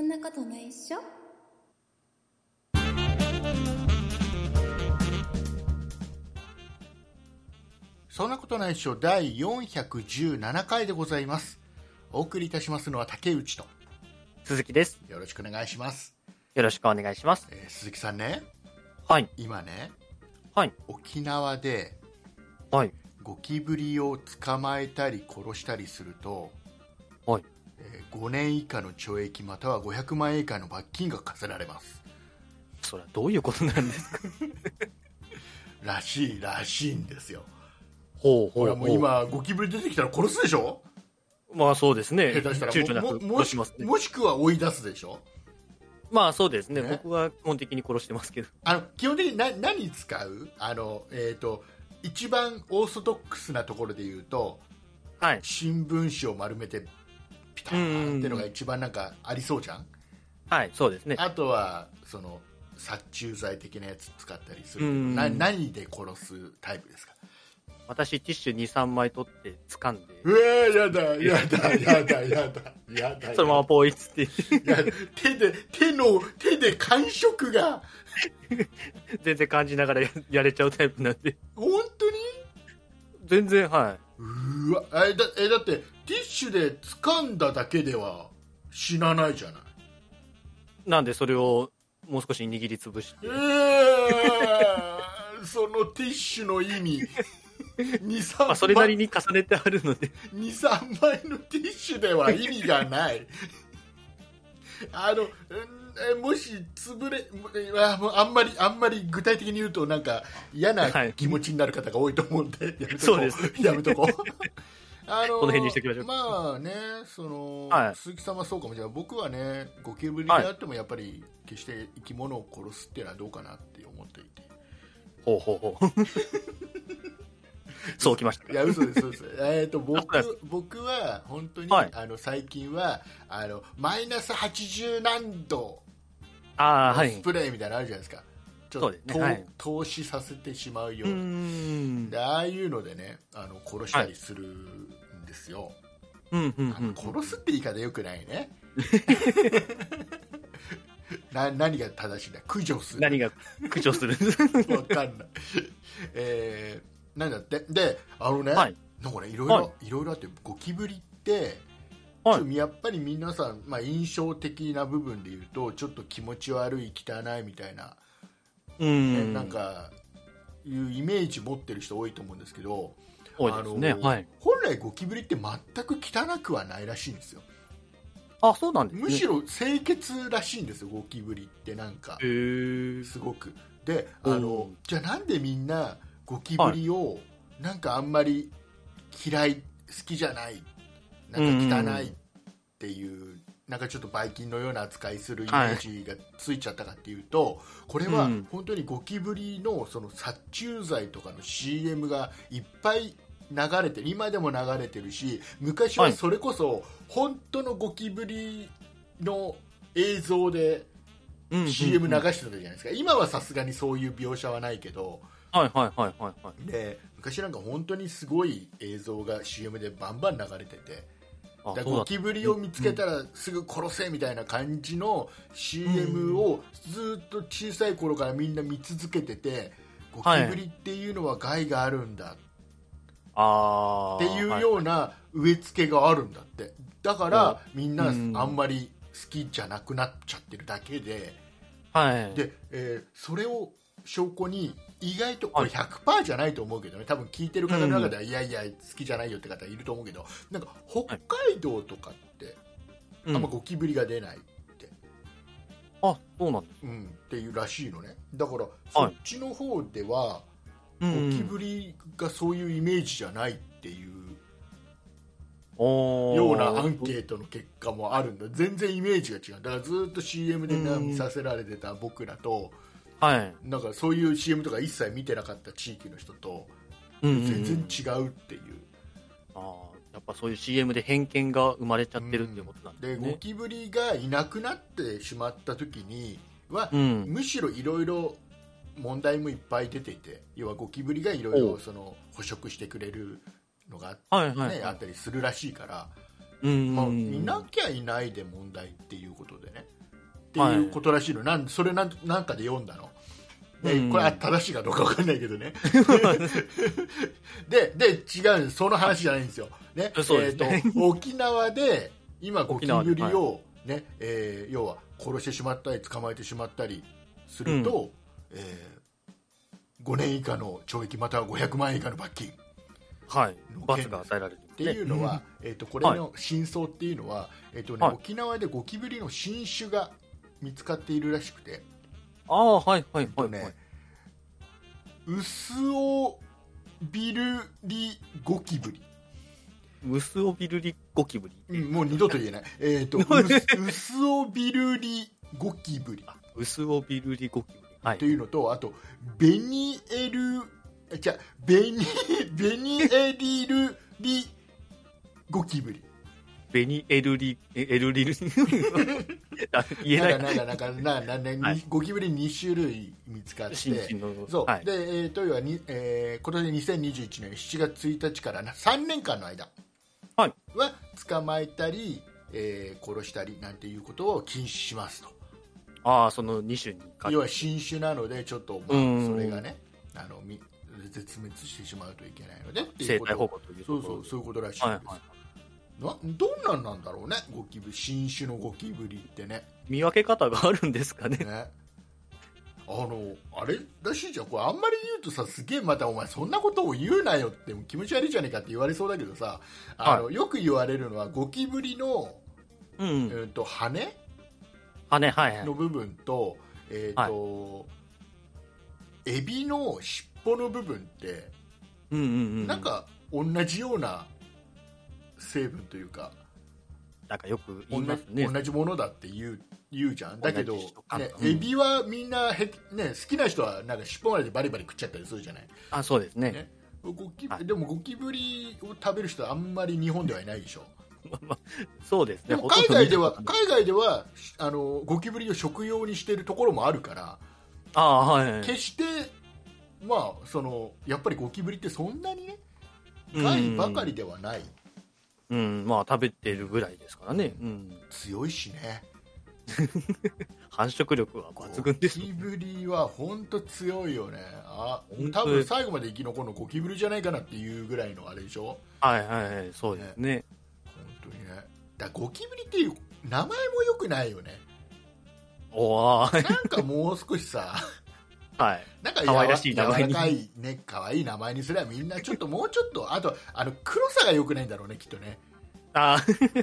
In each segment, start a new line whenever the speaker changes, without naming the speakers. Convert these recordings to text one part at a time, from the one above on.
んなことないっしょ
そんなことないっしょ第417回でございますお送りいたしますのは竹内と
鈴木です。
よろしくお願いします、
よろしくお願いします。
えー鈴木さんね
はい。
今ね
はい。
沖縄で
はい。
ゴキブリを捕まえたり殺したりすると、
はい
えー5年以下の懲役または500万円以下の罰金が課せられます
それはどういうことなんですか
らしいらしいんですよ
ほう
ほ
ほ
らもう。今ゴキブリ出てきたら殺すでしょ
まあそうですね。
下手した
躊躇
ら
な
も
く
もも
殺
し
しますね。
もしくは追い出すでしょ
まあそうですね
ね
僕は基本的に殺してますけど。
あの基本的にな何使うあの、えー、と一番オーソドックスなところで言うと
はい。
新聞紙を丸めてピタンってのが一番なんかありそうじゃん
はい、そうですね。
あとはその殺虫剤的なやつ使ったりする
うん
な何で殺すタイプですか
私、ティッシュ2、3枚取って掴んで、
うえー、やだやだやだやだやだ
そのままポイって、
やだ手で手の手で感触が
全然感じながらややれちゃうタイプなんで。
本当に
全然、は
うわえだえだってティッシュで掴んだだけでは死なないじゃない
い。なんでそれをもう少し握りつぶして、
えー、そのティッシュの意味23
まあそれなりに重ねてあるので、
23枚のティッシュでは意味がないあのうんえもし潰れもえあもうあんまりあんまり具体的に言うとなんか嫌な
はい
気持ちになる方が多いと思うんで、やめとこ
そうです
やめと こうあの
この辺にしておきましょう
まあねその、
はい
鈴木さんはそうかもしれない僕はねゴキブリであってもやっぱり決して生き物を殺すっていうのはどうかなって思っていて
ほうほうほう。 そうきました
い。や嘘です嘘です。 えっと僕
そうなん
僕は本当に、
はい
あの最近はあのマイナス80何度
ああ、は
ス
い。
プレーみたいなのあるじゃないですか。ちょっと
そうですねはい
投投資させてしまうよ
う
う
ー
な。
ん
で。ああいうのでねあの殺したりするんですよ。
うんうん
あ
う
の
ん。
殺すって言い方よくない ね。な何が正しいんだ駆除する
何が苦情する
わかんない、えー、なんだってであのね、
はい
なんかねいろい
は
ろいろいろあってゴキブリって、
はい
ちょっとやっぱり皆さん、まあ、印象的な部分で言うとちょっと気持ち悪い汚いみたいな、
う
ね
ん。
なんかいうイメージ持ってる人多いと思うんですけど
多いですね。
あの
はい。
本来ゴキブリって全く汚くはないらしいんですよ
あ、そうなんですね。
むしろ清潔らしいんですよゴキブリってなんか
へー
すごくであ
お
の
ー
じゃあなんでみんなゴキブリをなんかあんまり嫌い好きじゃないなんか汚いっていう、なんかちょっとばい菌のような扱いするイメージがついちゃったかっていうと、これは
うん
本当にゴキブリのその殺虫剤とかの CM がいっぱい流れてる今でも流れてるし昔はそれこそ本当のゴキブリの映像で
うんうんうん
CM 流してたじゃないですか、今はさすがにそういう描写はないけど
はいはいはいはいはい。
で昔なんか本当にすごい映像が CM でバンバン流れててだから
あ、そうだ
ゴ
った。
キブリを見つけたらすぐ殺せみたいな感じの CM をずっと小さい頃からみんな見続けててゴキブリっていうのは害があるんだ
あ
っ
ー
ていうような植え付けがあるんだってだからみんなあ
う
ん
ん
まり好きじゃなくなっちゃってるだけで。
はい。はい
で、えーそれを証拠に意外とこれ100%じゃないと思うけどね多分聞いてる方の中では、いやいや好きじゃないよって方いると思うけどなんか北海道とかって
う
あ
ん
んまゴキブリが出ない、
あ、そうなんです。
うんっていうらしいのねだからそ
は
っ
い
ちの方では、
うんうん
ゴキブリがそういうイメージじゃないっていう
おー
ようなアンケートの結果もあるんだ全然イメージが違うだからずっと CM でな
うん
見させられてた僕らと
はい。
なんかそういう CM とか一切見てなかった地域の人と
うんうんう
全
ん
然違うっていう、
あーやっぱそういう CM で偏見が生まれちゃってるっていうことなんで
ですゴ
ね。
キブリがいなくなってしまった時には、
うん。
むしろいろいろ問題もいっぱい出てて要はゴキブリがいろい
お
ろ
う
その捕食してくれるのがあっ,、
はい
ね
はい。
あったりするらしいから、
うんうん
まあ、
うん
いなきゃいないで問題っていうことでねっていうことらしいの、なんそれなんなんかで読んだの。で
うん
これは正しいかどうかわかんないけど ねでで違うその話じゃないんですよ、ね
そうですね
えーと沖縄で今ゴキブリ
沖縄で
を、ねえー要は殺してしまったり捕まえてしまったりすると、え5年以下の懲役または500万円以下の罰金っ
はい。罰が与えられる。って
いうのは、えー、とこれの真相っていうのは、えーとね
はい
沖縄でゴキブリの新種が見つかっているらしくて、
ああ、はいはいはい、は
ね
い。、
ウスオビルリゴキブリ、
ムスオビルリゴキブリ。
うん、もう二度と言えない、え ー、とウスウスオビルリゴキブリ
ムスオビルリゴキブリ。は
と
い。
いうのと、あと、ベニエル、あじゃあベニ、ベニエリルリゴキブリ。
ベニエルリ、えエルリル。あ言えない。
んか、なんか、なんか、ななんで
はい
ゴキブリ2種類見つかって。
新人の。
そう、
はい。
で、えー、というのはに、えー、今年2021年7月1日からな3年間の間
はい
は捕まえたり、えー殺したりなんていうことを禁止しますと、
ああ、その2種にか
要は新種なのでちょっと、
う
まあ、
ん
それがねあのみ絶滅してしまうといけないのでってい
生
うこと
態保護という
そ
と
う
こ
そ
ろ
う
で
そういうことらしいんです、
はいはい。
などんなんなんだろうねゴキブリ新種のゴキブリってね
見分け方があるんですかね。
ねあのあれらしいじゃんこれあんまり言うとさすげえまたお前そんなことを言うなよって気持ち悪いじゃねえかって言われそうだけどさあの、よく言われるのはゴキブリの、
う
え
ん。
ー、と羽
羽、はいはい
の。部分と,、えーとエビの尻尾の部分って
うんうんうん。
なん、か同じような成分というか、
なんかよく
同
言いますね。
同じものだって言う言うじゃんだけど、
同じ食感
ね
うん
エビはみんなへ、ね、好きな人はなんか尻尾までバリバリ食っちゃったりするじゃない
あ、そうですね。
ねゴキ
はい
でもゴキブリを食べる人はあんまり日本ではいないでしょ
そうです
で
ね。
も
ほとん
海
ど
外では
見たことない
海外ではあのゴキブリを食用にしているところもあるから
ああ、はいはい。
決して、まあ、そのやっぱりゴキブリってそんなにね
うん
害ばかりではない、
うん、まあ食べてるぐらいですからね。うん。
強いしね
繁殖力は抜群です
ゴ。キブリは本当強いよねあ
本
多
当
分
に
最後まで生き残るのゴキブリじゃないかなっていうぐらいのあれでしょ
はいはいはい、そうですね。
本当にねだからゴキブリっていう名前もよくないよね
おー、
なんかもう少しさ
はい。
なんか
可愛らしい名前
柔
に
らかいね可愛い名前にすればみんなちょっともうちょっとあとあの黒さがよくないんだろうねきっとね
あ
だか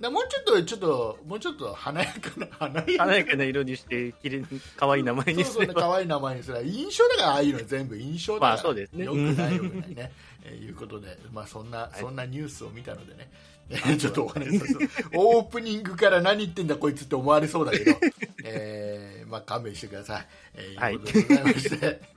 らもうちょっとちょっともうちょっと華やかな華
ー
やか
華
な
やかな色にして、きれいに、可愛い名前にす
そう
れ
そう
ば。
可愛い名前にすら印象だからああいうの全部印象だから、
まあそうですね
よくないよくないねえーいうことで、まあ、そんな、
い
そんなニュースを見たのでね ちょっとお話しさせてオープニングから何言ってんだこいつって思われそうだけ ど、えーまあ、勘弁してください、えー、
はいいう
ことでございまして、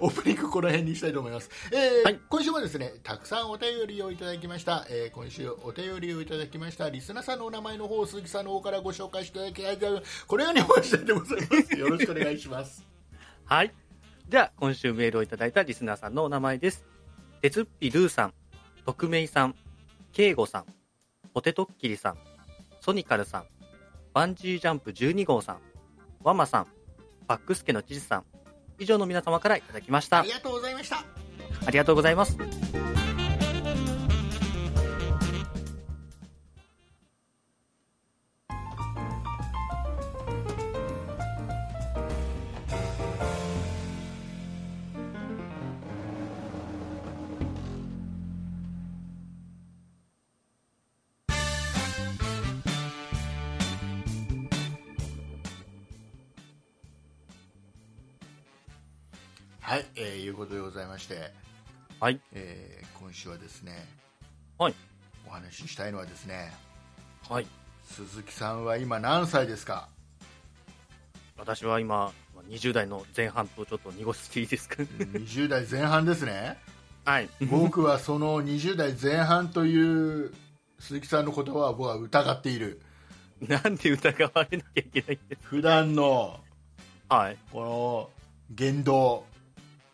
オープニングこの辺にしたいと思います、えー
はい
今週もですねたくさんお便りをいただきました、えー今週お便りをいただきましたリスナーさんのお名前の方鈴木さんの方からご紹介していただきたいと思いますこのようにお話ししたいでございますよろしくお願いし ます
はい。では、今週メールをいただいたリスナーさんのお名前です。鉄っぴルーさん、匿名さん、ケイゴさん、ポテトッキリさん、ソニカルさん、バンジージャンプ12号さん、ワマさん、バックスケの知事さん、以上の皆様からいただきました
あり。がとうございました
ありがとうございます。
はい、えーいうことでございまして、
はい。
えー今週はですね、
はい、
お話ししたいのはですね
はい。
鈴木さんは今何歳ですか
私は今、まあ20代の前半とちょっと濁していいですか
20代前半ですね
はい。
僕はその20代前半という鈴木さんの言葉は僕は疑っている
なんで疑われなきゃいけないんです
普段の
かはい。
この言動、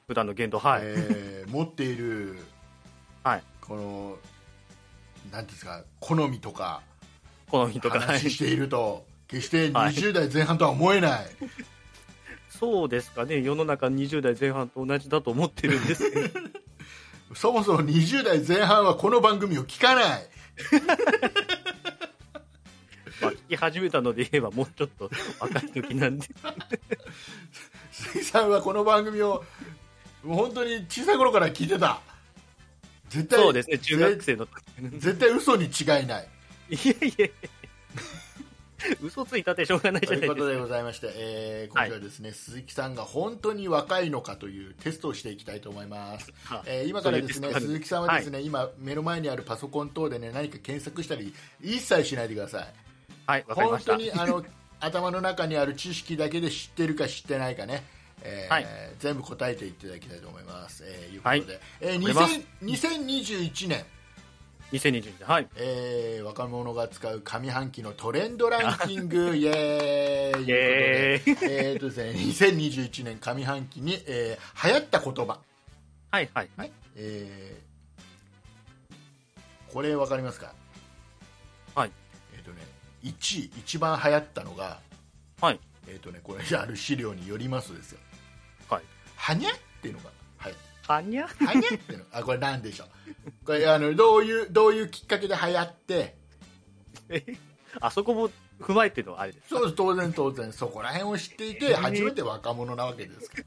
普段の言動、はい。
えー持っている、
はい
このなんていうんですか好みとか
好みとか、はい
話。していると決して
はい
20代前半とは思えない、
そうですかね世の中20代前半と同じだと思ってるんです けど
そもそも20代前半はこの番組を聞かない
まあ聞き始めたので言えばもうちょっと若い時なん で
水さんはこの番組をもう本当に小さい頃から聞いてた絶対
そうですね中学生の時
絶対嘘に 違いない
いやいやいや嘘ついたってしょうがない
と
じゃ
い
な
う
い
こと
ですか
でございまして、えー今回はですね、鈴木さんが本当に若いのかというテストをしていきたいと思い ます、
は
えー今からです
そう
ね
いうテストがある
鈴木さんはですね、今目の前にあるパソコン等でね何か検索したり一切しないでください
はいわかりま
本
した
当にあの頭の中にある知識だけで知ってるか知ってないかね、えー
はい
全部答えていただきたいと思います、えーいうことで、えー
頑張り
2000 2021年、
2020年はい
えー若者が使う上半期のトレンドランキン グイエーイ
イエ
ということでえーとですね、2021年上半期に、えー流行った言葉、
はいはいはい
えーこれ分かりますか
はい
えっ、とね1位一番流行ったのが
はい
えっ、とねこれじゃある資料によりますとですよ
はい
はにゃっていうのがはい
はにゃ
はにゃっていうのあこれなんでしょうこれあのどういうどういうきっかけで流行って
えあそこも踏まえてのはあれです
そうです当然当然そこら辺を知っていて初めて若者なわけですから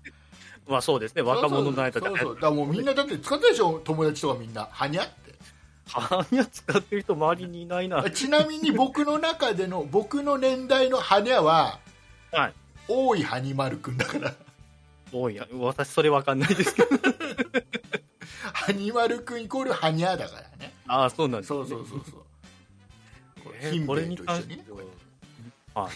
まあそうですね若者の
そ
間で
うそうそうだからもうみんなだって使ったでしょ友達とかみんなはにゃって
はにゃ使ってる人周りにいないなはい
ちなみに僕の中での僕の年代の羽根は大井はにまるくんだから
多いや私それわかんな いですけど
はにまるくんイコールはにゃだからね
ああそうなんですね
そうそうそうそうこ
え
れ
ーこれ
金兵衛
に
と一緒
関
に
して
ねこうやっ
ははい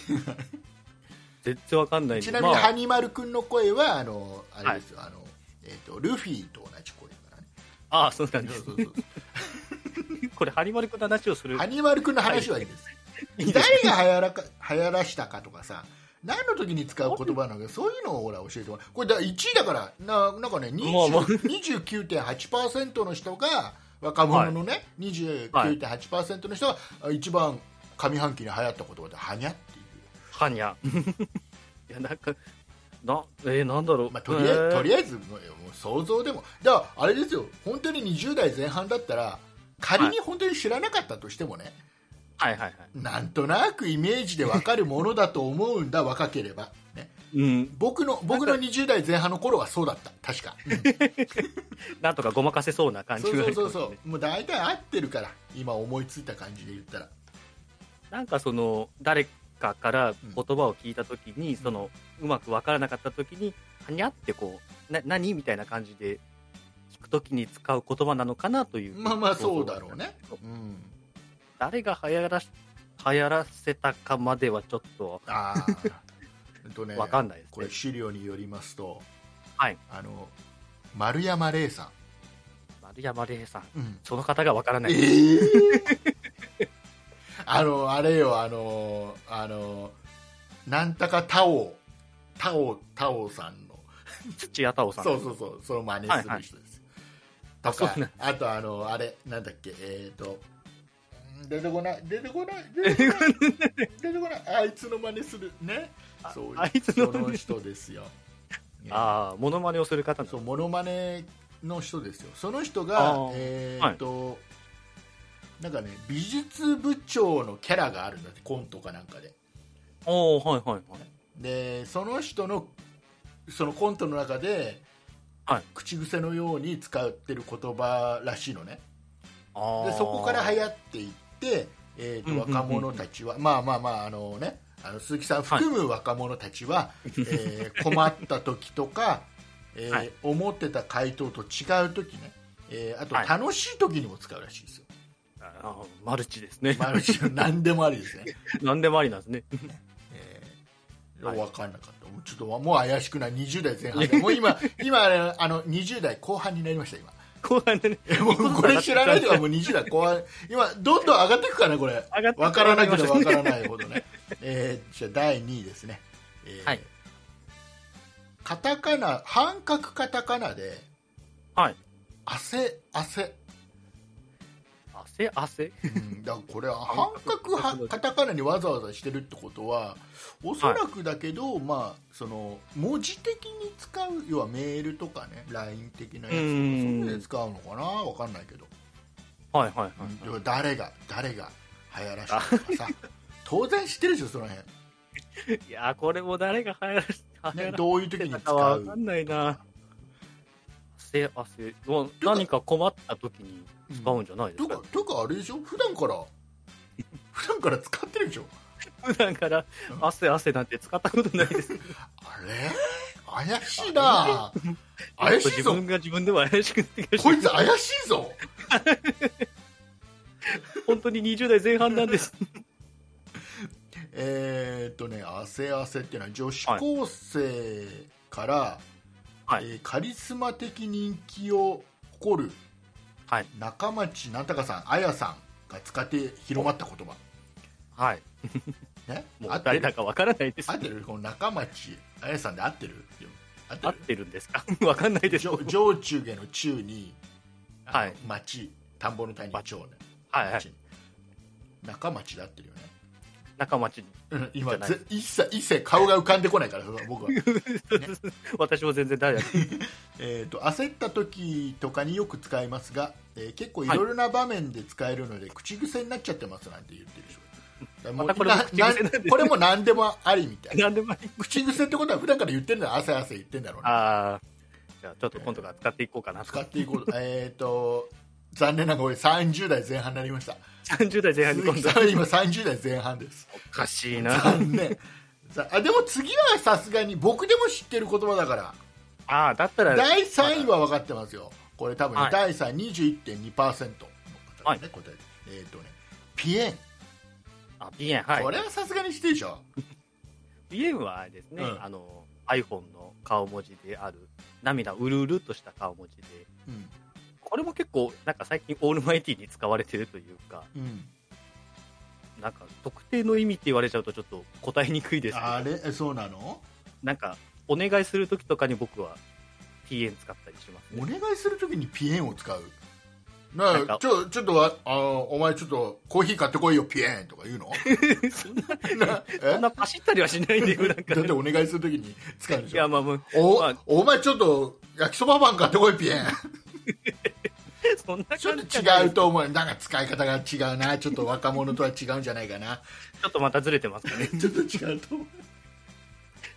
全然わかんない
て
ん
ちな
で
みに
まあ
はにまるくんの声はあのあれですよ、あのえー、とルフィと同じ声だからね
ああそうなんで
そうそ
す
うそう
これハリマル君の話をする
はにまるくんの話はいいです
いいです
誰が流行らか流行らしたかとかさ何の時に使う言葉なのかそういうのをほら教えてもらうこれだ1位だからななんかね20
まあまあ
29.8%の人が若者のね、29.8%の人があ一番上半期に流行った言葉で「はにゃ」っていう、
はにゃいやなんかなえー、なんだろう、
まあ、とりあえず、
えー
とりあえずもうもう想像でもだからあれですよ本当に20代前半だったら仮に本当に知らなかったとしてもね、
はいはいはい
なんとなくイメージでわかるものだと思うん だ若ければ、ね、
うん
僕の僕の20代前半の頃はそうだった確か、
なんとかごまかせそうな感じ
そう
が
そうそうそうもう大体合ってるから今思いついた感じで言ったら
なんかその誰かから言葉を聞いたときに、そのうまくわからなかったときにはにゃってこうな何みたいな感じで聞くときに使う言葉なのかなという
まあまあそうだろうね、うん、
誰が流行らし流行らせたかまではちょっと
ああ えっとね
わかんないですね
これ資料によりますと、
はい、
あの丸山礼さ
丸山礼さん
ん、うん、
その方がわからない、
ええあのあれよあのあのなんたかタオタオタオさんの
土屋太鳳さん
そうそうそうその真似する人です、
はい
とか
そうなん
あとあのあれなんだっけえっ、ー、とうん出てこない出てこない出てこない出てこないあいつの真似するね
あ
そう
あいつの
その人ですよ、ね
ああモノマネをする方な
そう
の
モノマネの人ですよその人
あ
が
ー
えっ、と、なんかね美術部長のキャラがあるんだってコントかなんかで
おーはいはいはい
でその人のそのコントの中で、
はい
口癖のように使ってる言葉らしいのね
あー
でそこから流行っていって、えー
うん
と
うんうんうん
若者たちは、まあまあまああのねあの鈴木さん含む若者たちは、 えー困った時とか、えー
はい
思ってた回答と違う時ね、えーあと
はい
楽しい時にも使うらしいですよ、
あーマルチですね、
まあ、うちの何でもあり ですね、
何でもありなんですね
えー
はい
分かんなかったもうちょっともう怪しくない20代前半でもう 今今あのあの20代後半になりました今
後半でね
えもうこれ知らないとかもう20代後半今どんどん上がっていくかなこれ
上がって
わからなくてわからないほどね、 えーじゃあ第2位ですね、えー
はい
カタカナ半角カタカナで
はい
汗汗
汗汗汗
うんだからこれは半角はカタカナにわざわざしてるってことはおそらくだけど、まあその文字的に使う要はメールとかね LINE 的なやつとかそううんいうので使うのかなわかんないけど、
はいはいはい、
要は誰が誰が流行らしたとかさ当然知ってるでしょその辺、
いやーこれも誰が流行らせ流行
ね、
ら
どういう時
せ
に
た
使
かはわか
うん
ないな汗汗もう何か困った時に使うんじゃないで
と
すか、
かとかあれでしょ普段から普段から使ってるでしょ
普段から汗汗なんて使ったことないです
あれ怪しい な怪しい
自
ぞ
分が自分でも怪しくなってきました
こいつ怪しいぞ
本当に20代前半なんです
えーっとね、汗汗っていうのは女子高生から、
はい
えーカリスマ的人気を誇る、
はい
中町なんたかさん、あやさんが使って広まった言葉。
はい
ね、
も
合っ
う
て
誰
る
だかわからないです
合ってるこの中町あやさんで合ってる合って
合っ
る
てるんですか わかんないです
上上中下の中に、あの
はい
町、田んぼの谷に町ね。
はいはい
町中町で合ってるよね。
中町に
うん今
じゃない
ぜ一切一切顔が浮かんでこないからその僕は
私も全然誰だか
えーと焦った時とかによく使いますが、えー結構いろいろな場面で使えるので、口癖になっちゃってますなんて言ってるでしょだからもう
またこれも口癖
な
なんですね
これも何でもありみた いな
何でもいい
口癖ってことは普段から言ってるんだ汗汗言ってんだろうな
ああじゃあちょっと今度から使っていこうかな
使っていこうえっと残念ながら俺30代前半になりました
30代前半
鈴
に
木
今度
さんは今30代前半です
おかしいなあ
残念さあでも次はさすがに僕でも知ってる言葉だから
あだったら
第3位は分かってますよ、これ多分ね、
はい
第3位21.2%の方がね、
は
答ええっ、とね、ピエン、
あピエンはい
これはさすがにしてるでしょ、
ピエンはあれですね、
うん
あの iPhone の顔文字である涙うるうるっとした顔文字で
うん
これも結構なんか最近オールマイティーに使われてるというか
うん、
なんか特定の意味って言われちゃうとちょっと答えにくいですけど
あれ、えそうなの
なんかお願いするときとかに僕は PN 使ったりします
お
ね。
願いするときにピエンを使う、な
なん
あ
か
ちょちょっとわあの、お前、ちょっとコーヒー買ってこいよ、ピエンとか言う の
そんな、
なえ
そんなパシったりはしないん で、普段か
だって
ら。
お願いするときに使うんで
い
しょ
や、まあ、もう、
お,、
まあ
お前ちょっと焼きそばパン買ってこいピエ ン
そんな感じ
ちょっと
じゃない
違う。と思うなんか使い方が違うなちょっと若者とは違うんじゃないか な
ちょっとまたずれてますかね。
ちょっと違うと思う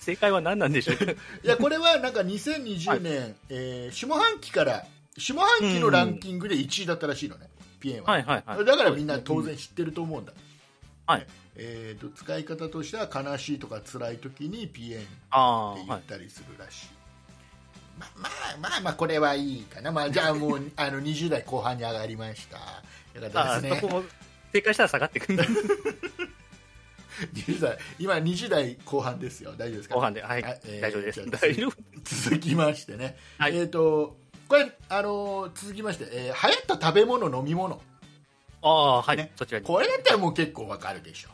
正解は何な んでしょうか。
いやこれはなんか2020年、えー下半期から下半期のランキングで1位だったらしいのね、ピエンは、
はいはいはい。
だからみんな当然知ってると思うんだ、
はい
えー、と使い方としては悲しいとか辛い時にピエンって
ああー、
言
は
っ
い。
たりするらしい、ままあまあまあこれはいいかな、まあ、じゃあもう あの20代後半に上がりましたよか
あ
った
あ
です
ー、そ
ね
こも、正解したら下がってくる。
20代今20代後半ですよ大丈夫ですか
後半で。はい
はいえー。
大丈夫で
じゃ
す。
あ
大丈夫。
続きましてね、
はい
えっ、とこれあのー続きまして、えー流行った食べ物飲み物
ああ、は
ね
い。そちらに。
これだったらもう結構わかるでしょ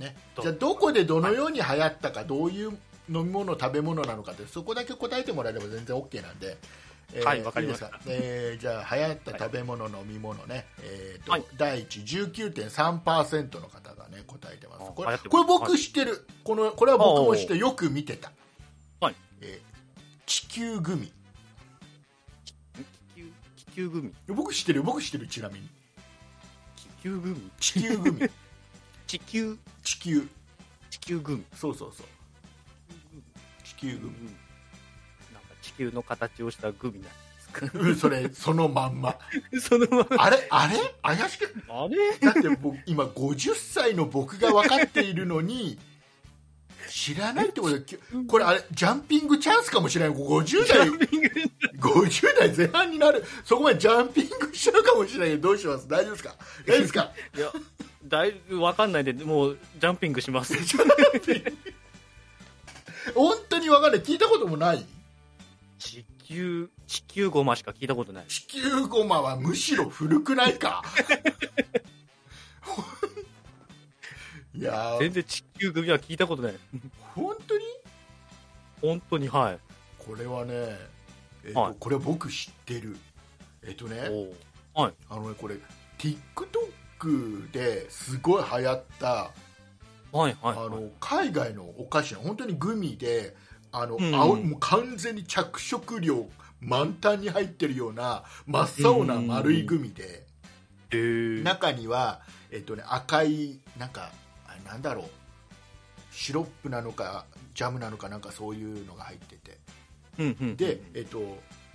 ね
どう
じゃあどこでどのように流行ったかどういう飲み物食べ物なのかってそこだけ答えてもらえれば全然 OK なんで、え
はいわかりました
いいですえーじゃあ流行った食べ物、飲み物ね、えーと
はい
第1 19.3%の方がね答えてます
あ
こ
流
れ
行ってます
これ僕知ってる、このこれは僕も知ってよく見てた、
はい
えー地球グミ
気球、気球組。
僕知ってる僕知ってるちなみに
気球組。
地球グミ
地球、
地球
地球組。
そうそうそう地球グミ
なんか地球の形をしたグミなんですか。
うんそれそのまんま
そのま
あれあれ怪しく
ま。あれ
だって僕今50歳の僕が分かっているのに知らないってことはきゅこれあれジャンピングチャンスかもしれない50代50代前半になるそこまでジャンピングしちゃうかもしれないけどどうします大丈夫ですか大丈夫ですか
いや、だいぶわかんないで、もうジャンピングします。
ジャンピング本当に分かんない聞いたこともない
地球、地球ゴマしか聞いたことない。
地球ゴマはむしろ古くないかいやー
全然地球組は聞いたことない。
本当に
本当に、はい。
これはね、えっと
はい
これ僕知ってるえっとね
おう
あのねこれ TikTok ですごい流行った
はいはい、
あ
はい。
の海外のお菓子の本当にグミであの、
うん
青いもう完全に着色料満タンに入ってるような真っ青な丸いグミで、
えー、
中には、えっとね、赤いなんかあれなんだろうシロップなのかジャムなのかなんかそういうのが入ってて
うんうん、
で、えっと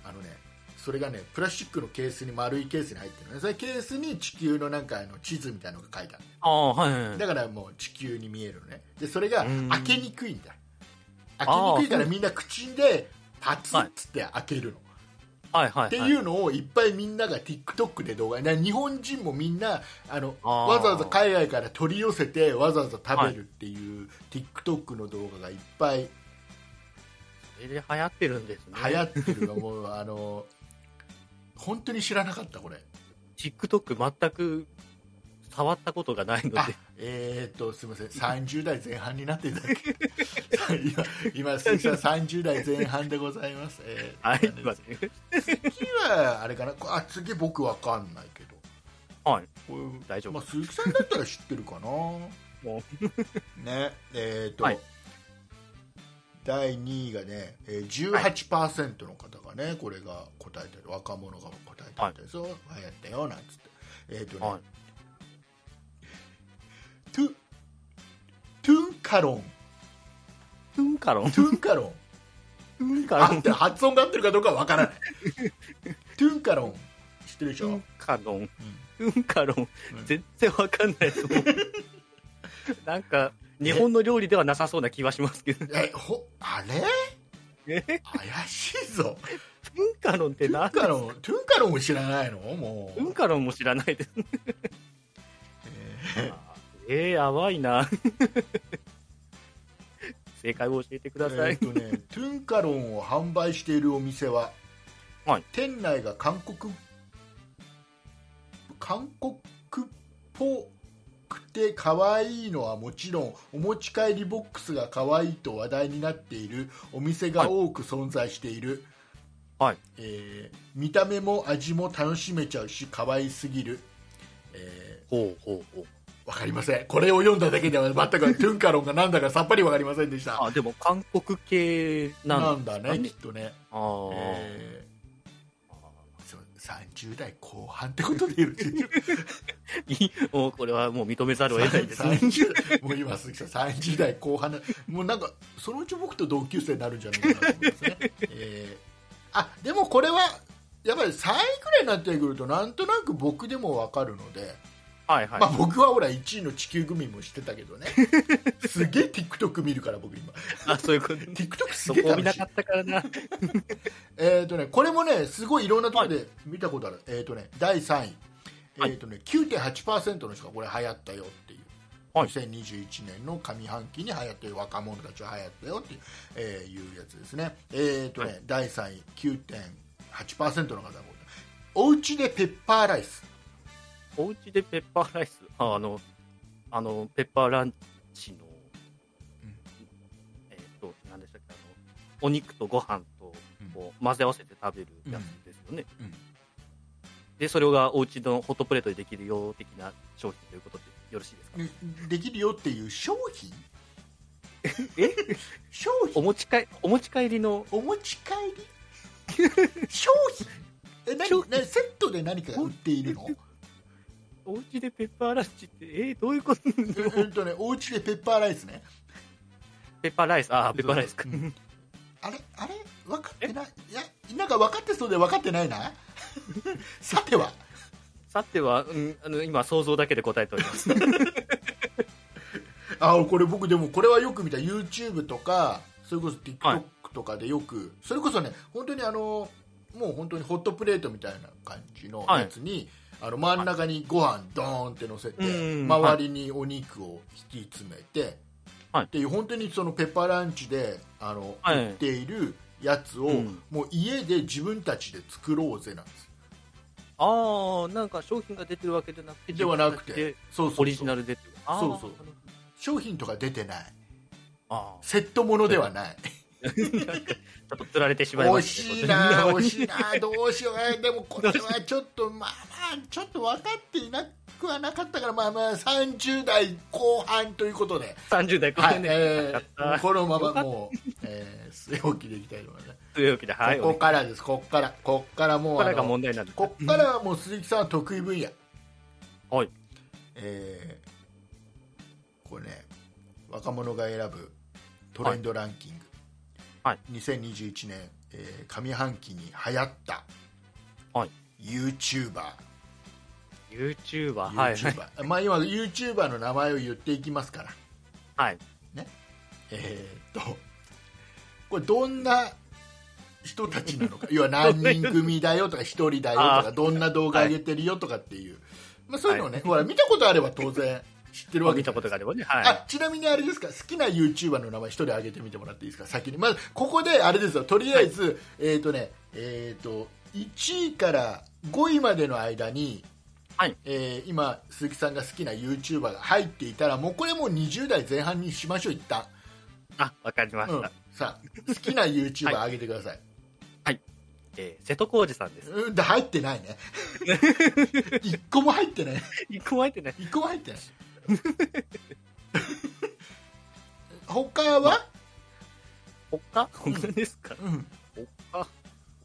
あのねそれがねプラスチックのケースに丸いケースに入ってるのねそれケースに地球のなんかあの地図みたいなのが書いてある
ああ、はいはいはい。
だからもう地球に見えるのねでそれが
うん
開けにくいんだ開けにくいからみんな口でパツッつって開けるの、
はいはい、はい。
っていうのをいっぱいみんなが TikTok で動画な日本人もみんなあの
あー
わざわざ海外から取り寄せてわざわざ食べるっていう、TikTok の動画がいっぱい
それで流行ってるんですね。
流行ってるのもうあの本当に知らなかったこれ
TikTok 全く触ったことがないので
あ。えー、っとすみません30代前半になっていただけ今 今鈴木さん30代前半でございます、えー
はい、すい
次
ません
はあれかなこあ次僕わかんないけど
はい。
これ
大丈夫
まあ、鈴木さんだったら知ってるかな
も
ねえーと、
はい
第2位がね、えー、18%の方がねこれが答えてる若者が答えてるんですよ、流行ったよなんつってえーとね、
はい
トゥトゥンカロン
トゥンカロン。
トゥンカロ ン
トゥンカ
合ってる発音が合ってるかどうかは分からない トゥンカロン知ってるでし
ト
ょ、う
ゥ
ん
ンカロン。 トゥンカロン。全然わかんないと思う。 なんか、日本の料理ではなさそうな気はしますけど。
えほあれ
えトゥ
怪しいぞ
ンカロンって
トゥ
何
ンカロントゥンカロンを知らないのも
ト
う、
ゥンカロンも知らないです。
えー
えー、やばいな。 正解を教えてくださ
え
い。
ーとね、トゥンカロンを販売しているお店は、
はい
店内が韓国韓国っぽくて可愛いのはもちろんお持ち帰りボックスが可愛いと話題になっているお店が多く存在している、
はい
えー見た目も味も楽しめちゃうし可愛すぎる、え
ほうほうほう。
ーわかりませんこれを読んだだけでは全くトゥンカロンが何だかさっぱりわかりませんでした
あ、でも韓国系なん
な
だ。
んだねきっとね、
あー、
えー、そう30代後半ってことでよろしいでしょうか
いいもうこれはもう認めざるを得ないですね。
30代もう今鈴木さん30代後半なもうなんかそのうち僕と同級生になるんじゃないかなと思いますね、えーあでもこれはやっぱり3位くらいになってくるとなんとなく僕でも分かるので、
はいはい。
まあ、僕はほら1位の地球グミもしてたけどねすげえ TikTok 見るから僕今
あ、そういうこと。
TikTok す
そ
げえ
こを
楽
見な
しい
かったからな。
えーとね、これもねすごいいろんなところで見たことある、えーとね、第3位、
はい
えーとね、9.8%の人がこれ流行ったよっていう、
はい
2021年の上半期に流行ってる若者たちは流行ったよっていう,、えーいうやつですね,、えーとね
は
第3位9.8%の方がおうちでペッパーライス
お家でペッパーライス、ああの、あの、ペッパーランチの、
うん
えっ、と、なんでしたっけ、あの、お肉とご飯と
うん
こう混ぜ合わせて食べるやつですよね。
うんうん
で、それがお家のホットプレートでできるよう的な商品ということでよろしいですか、
ねできるよっていう商品
え
商
お
品
持ち帰お持ち帰りの、
お持ち帰 り商品え何何セットで何かが売ってい るの
お家でペッパーランチって、えーどういうことペ
えっとね、お家でペッパーライスね。
ッパーライス、あーペッパーライスか
う。んあれ、あれ、分かってない。いや、なんか分かってそうで分かってない な。さては、
さては、うん、あの今、想像だけで答えてお ります。
あ、これ僕でも、これはよく見た YouTube とか、それこそ
は
TikTok とかでよく、それこそね、本当にあの、もう本当にホットプレートみたいな感じのやつに、あの真ん中にご飯ドーンって乗せて、
うん
周りにお肉を引き詰めて、
はい
っていう本当にそのペッパーランチであの、
はい
売っているやつを、
うん
もう家で自分たちで作ろうぜなんです
ああ、なんか商品が出てるわけじゃなくて、
ではなく
自分
て
たちで
そうそうそう
オリジナルでっていう。あー
そうそう商品とか出てない
あ
セットものではない
ちょっと釣られてしまいま
惜
し
しい
たね
な惜しいなどうしようえでもこれはちょっとまあまあちょっと分かっていなくはなかったからまあまあ30代後半ということで、
30代後
はい
半ね、
えー、このま
よか
ま
った
もう、えー、 据え置きでいきたいと思います、
強いわけで、はい、
ここ
こ
からですここからここからも
こ
うあ
からが
の
問題なんです。
ここからはもう鈴木さんは得意分野
はい、
えーこれね若者が選ぶトレンドランキング、
はい
2021年、えー上半期に流行った、
はい
YouTuber,
YouTuber、
y o
はい、
u まあ、今 YouTuber の名前を言っていきますから、
はい、
えーっとこれどんな人たちな のか要は何人組だよとか1人だよと
あ
かどんな動画上げてるよとかっていう、まあ、そういうのをね、ほら見たことあれば当然知ってるわけ
見
じゃ
た
な
こ
いで
と
すか
があればね、はい、
あちなみにあれですか好きな YouTuber の名前一人挙げてみてもらっていいですか先にまずここであれですよとりあえず、えっ、とねえっ、と1位から5位までの間に、
はい
えー今鈴木さんが好きな YouTuber が入っていたらもうこれもう20代前半にしましょう一旦、
あ、わかりました。
うん、さあ好きな YouTuber 上げてください、
えー瀬戸康史さんです。
うんで入ってない ね一個も入ってない
一個も入ってない。
一個も入 ってない他は、
他他ですか
うん
他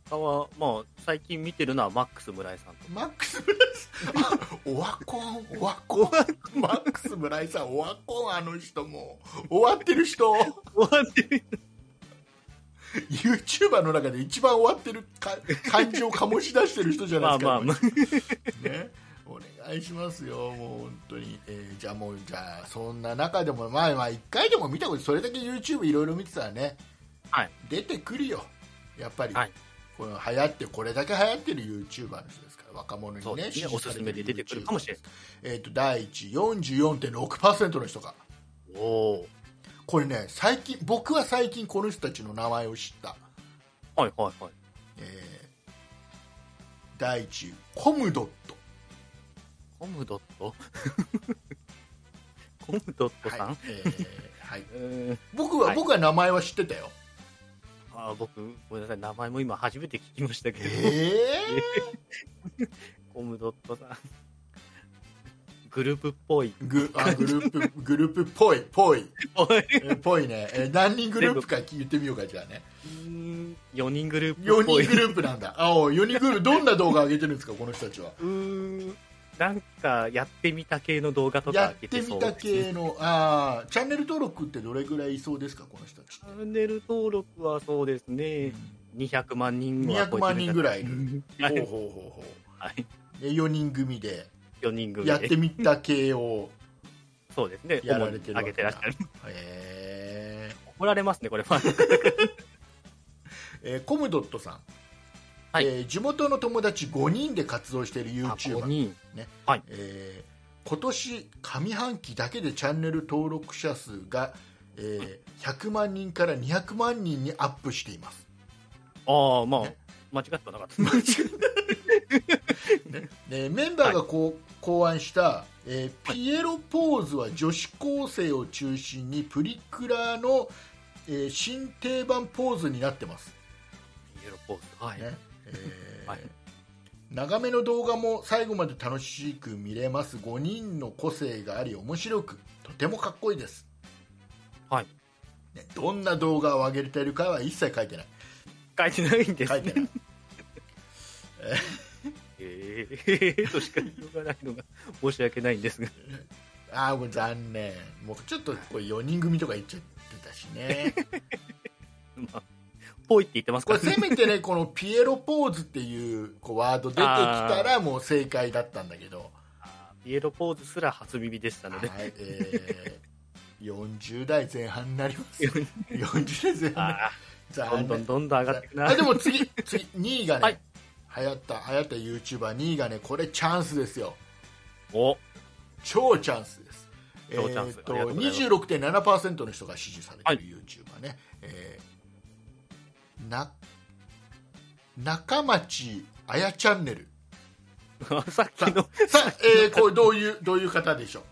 他は、まあ、最近見てるのはマックス村井さんと。
マックス村井さん、あオワコン、オワコ ン、マックス村井さん、オワコン、あの人もう、終わってる人、
終わってる
YouTuber の中で一番終わってるか感情を醸し出してる人じゃない
まあ
ですか、
まあまあ。
ね、お願いしますよ、もう本当に、えーじゃあもう、じゃあ、そんな中でも、まあまあ、一回でも見たこと、それだけ YouTube いろいろ見てたらね、
はい
出てくるよ、やっぱり、
はい
この流行って、これだけ流行ってる YouTuber の人ですから、若者
そ
にね、
うですね。おすすめで出てくるかもしれ
ない。
な
えー、と第一44.6%の人が
い。お
これね最近僕は最近この人たちの名前を知った、
お。はいはいはい。
えー第一コムドット
コムドット コムドットさん、
はいえーはい、
えー
僕は、
はい
僕は名前は知ってたよ
あー僕、ごめんなさい。名前も今初めて聞きましたけど。
え
コムドットさん。グループっぽい。
ー、グあグループ グループっぽいぽいえーぽいね、えー何人グループか言ってみようかじゃあね
4人グループ
4
っぽい。
人グループなんだあお4人グループどんな動画上げてるんですかこの人た ちは
うーんなんかやってみた系の動画と
や
か
ってみた系のあーチャンネル登録ってどれぐらいいそうですかこの人たち
チャンネル登録はそうですね、200万人は超えて
200
る
万人ぐらいいる
は
ほうほ
いう
ほうほ
はい、
うで4人組で
4人組で
やってみた系を
そうですね
やられてるわ
主
け
に上げてら
だ
っしゃる
へー
怒られますねこれは
えーコムドットさん、
はい
えー地元の友達5人で活動している
あ5
YouTuber、
人
えー今年上半期だけでチャンネル登録者数が、えー100万人から200万人にアップしています
ああまあ
ね
間違ってはなかった 間違
でメンバーがこう、考案した、えーピエロポーズは女子高生を中心にプリクラの、えー新定番ポーズになってます、
ポーズはい、
ねえー
はい
長めの動画も最後まで楽しく見れます5人の個性があり面白くとてもかっこいいです、
はい
ね、どんな動画を上げてるかは一切書いてない
書いてないんです
書いてない
ええとしか言いようがないのが申し訳ないんですが
ああもう残念もうちょっとこう4人組とか言っちゃってたしね
まあぽいって言ってます
こ
か
れ
らね
せめて ねこのピエロポーズっていうこうワード出てきたらもう正解だったんだけど、
あーピエロポーズすら初耳でした
は
ので
いえー、40代前半になり ますよ40代前半
ああ、ど
残
んど
念
んどんどん上がってくな。
あでも 次次2位がね、
はい
流行った流行った YouTuber2 位がねこれチャンスですよ
お、
超チャンスです
超チャンス
えーっ
ありがとうございます
と26.7%の人が支持されてる YouTuber ね、えーな中町あやチャンネル
さっきの、
さあ、えーこれどういうどういう方でしょう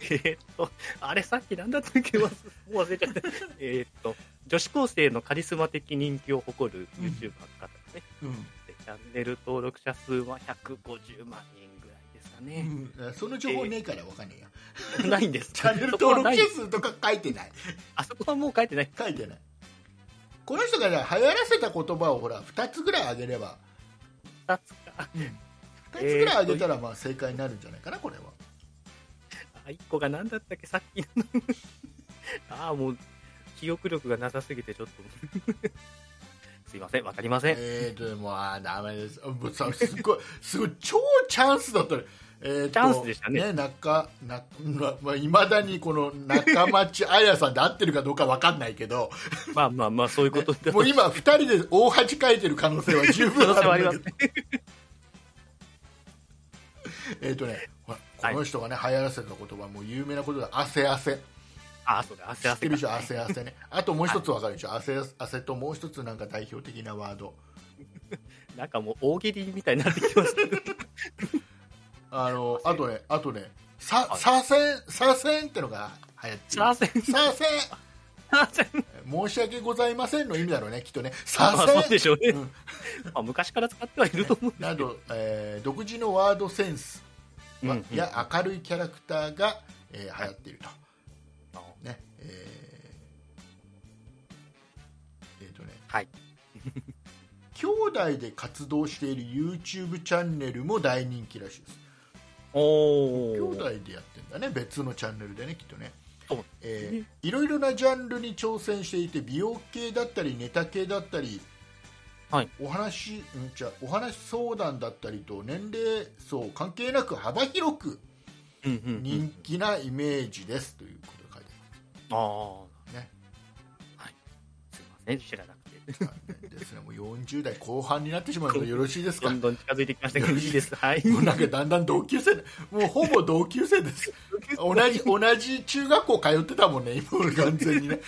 えーっと、あれさっきなんだったっけ忘もう忘れちゃった。 えーっと、女子高生のカリスマ的人気を誇る YouTuber の方ですね、
うん
でチャンネル登録者数は150万人ぐらいですかね。
うん、その情報ねえからわかんねえや、
ないんです。
チャンネル登録者
そこはな
数
い
とか書いてない
あそこはもう書いてない。
書いてないこの人が、ね、流行らせた言葉をほら2つぐらいあげれば
二つか。
2つぐらいあげたらまあ正解になるんじゃないかなこれは
あ、一個が何だったっけさっきの。ああ、もう、記憶力がなさすぎてちょっと。すいません、わかりません。
えーともうあーダメですあもうさすごいすごい超チャンスだったねえーと
チャンスでしたね
中ななまあ、未だにこの中町彩さんで合ってるかどうかわかんないけど
まあまあまあ、そういうことで。
もう今2人で大恥かいてる可能性は十分
可能性は
あ
あり
るん
ま
だ
す
けどえっとねほらこの人がね流行らせた言葉もう有名なことだ汗汗
ああ、そうだ、汗
知っ
汗
て
か
るでしょ汗汗 ねあともう一つわかるでしょ汗汗ともう一つなんか代表的なワード
なんかもう大喜利みたいになってきましたね。
あの
汗
あとねあとねさ
はい
左遷左遷ってのが流行って
すいません。すい
る左
ません。
遷申し訳ございませんの意味だろうねきっとね左
まあ、そうで
遷
しょうね。
うん
まあ、昔から使ってはいると思うんで
な
すけど。
ど、えー独自のワードセンス
うんう
は
ん
や明るいキャラクターが、えー流行っていると、
あ
ねえーえーとね
はい。
兄弟で活動している YouTube チャンネルも大人気らしいです
お
兄
ー。
弟でやってんだね別のチャンネルでねきっとね
そう、
えーいろいろなジャンルに挑戦していて美容系だったりネタ系だったり、
はい
お話んじゃお話相談だったりと年齢層関係なく幅広く
うんうんうん
人気なイメージです、ということが書いて
ああ。
ね。
はい。すいません、知らなくて。
あるんですねもう40代後半になってしまうのでよろしいです
ど
か
んどん近づいてきまし たけど、いいです。はい。
もうなんかだんだん同級生もうほぼ同級生です同じ同じ中学校通ってたもんね今俺完全 にね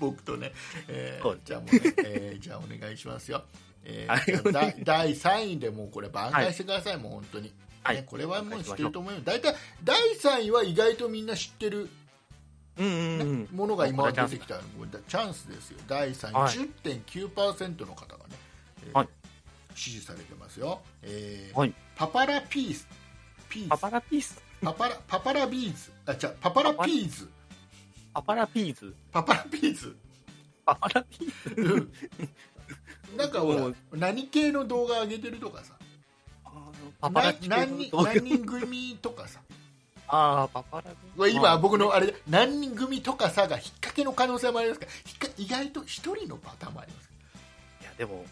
僕とね、えー
そうです
じゃあもうね、えーじゃあお願いしますよ、えー
は
だ第3位でもうこれ挽回してください、もう本当に、
はい
ね、これはもう知ってると思うよ大体第3位は意外とみんな知ってる
うんうんうん。
ものが今出てきたこれだチャンスですよ第3位、
はい
10.9%の方がね、えー
はい
支持されてますよ、えー
はい
パパラピースピース
パパラピース。
パパラパパラビーズあ違うパパラピーズ
パパラピーズ。
パパラピー ズ
パパラピーズ。
うんなんかほ
も
ら
う
何系の動画上げてるとかさ
あーパパラピ
な何
ーズ
人。何人組とかさ
ああ、パパラピー
これ今僕のあれ何人組とかさが引っ掛けの可能性もありますから引っか意外と一人のパターンもあり ます
いや、でも、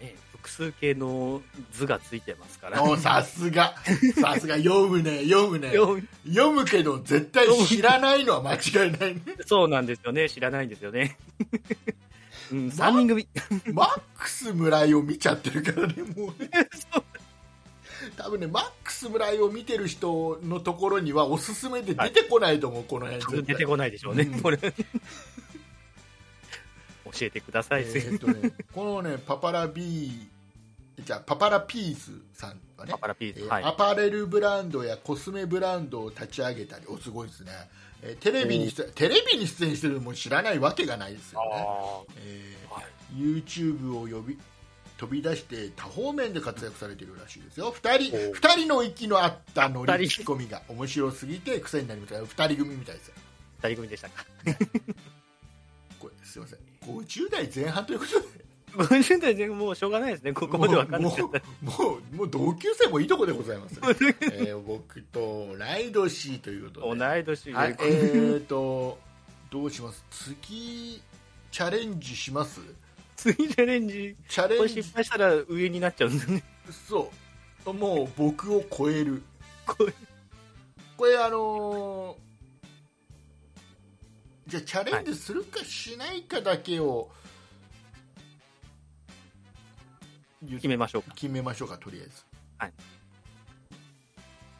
ね、複数形の図がついてますから。
おさすがさすが読むね読むね
よ
読むけど絶対知らないのは間違いないね
そうなんですよね。知らないんですよね。うん、
まあ
3人組。
マックス村井を見ちゃってるからねもうね
そう
多分ねマックス村井を見てる人のところにはおすすめで出てこないと思う、この辺
多
絶対
分出てこないでしょうね、
うん
これ。 教えてください、
えーっとねこのねパパラビーじゃあパパラピースさんはね
パパラピー
え
ズ。
ー
はい。
アパレルブランドやコスメブランドを立ち上げたりおすごいですね、えーテレビに出テレビに出演してるのも知らないわけがないですよ
あ
ね、
ー
えー
はい
YouTube を呼び飛び出して多方面で活躍されているらしいですよ2人
おう
二人の息の合ったノ
二
リツ
人
ッコミが面白すぎて癖になりました2人組みたいですよ
二人組でしたか。
これすいません50代前半ということで
50代でもうしょうがないですね、ここまで分かんな
も
い。
うもうもう同級生もいいとこでござい ます、えー僕と同い年ということ
同
で
い年で、
はい、えーとどうします次チャレンジします
次チャレンジ、
チャ
こ
レ
れ
ンジ
失敗したら上になっちゃうんですね。
そうもう僕を超える
これ
これあのーじゃあチャレンジするかしないかだけを、言っ
決めましょうか。
決めましょうかとりあえず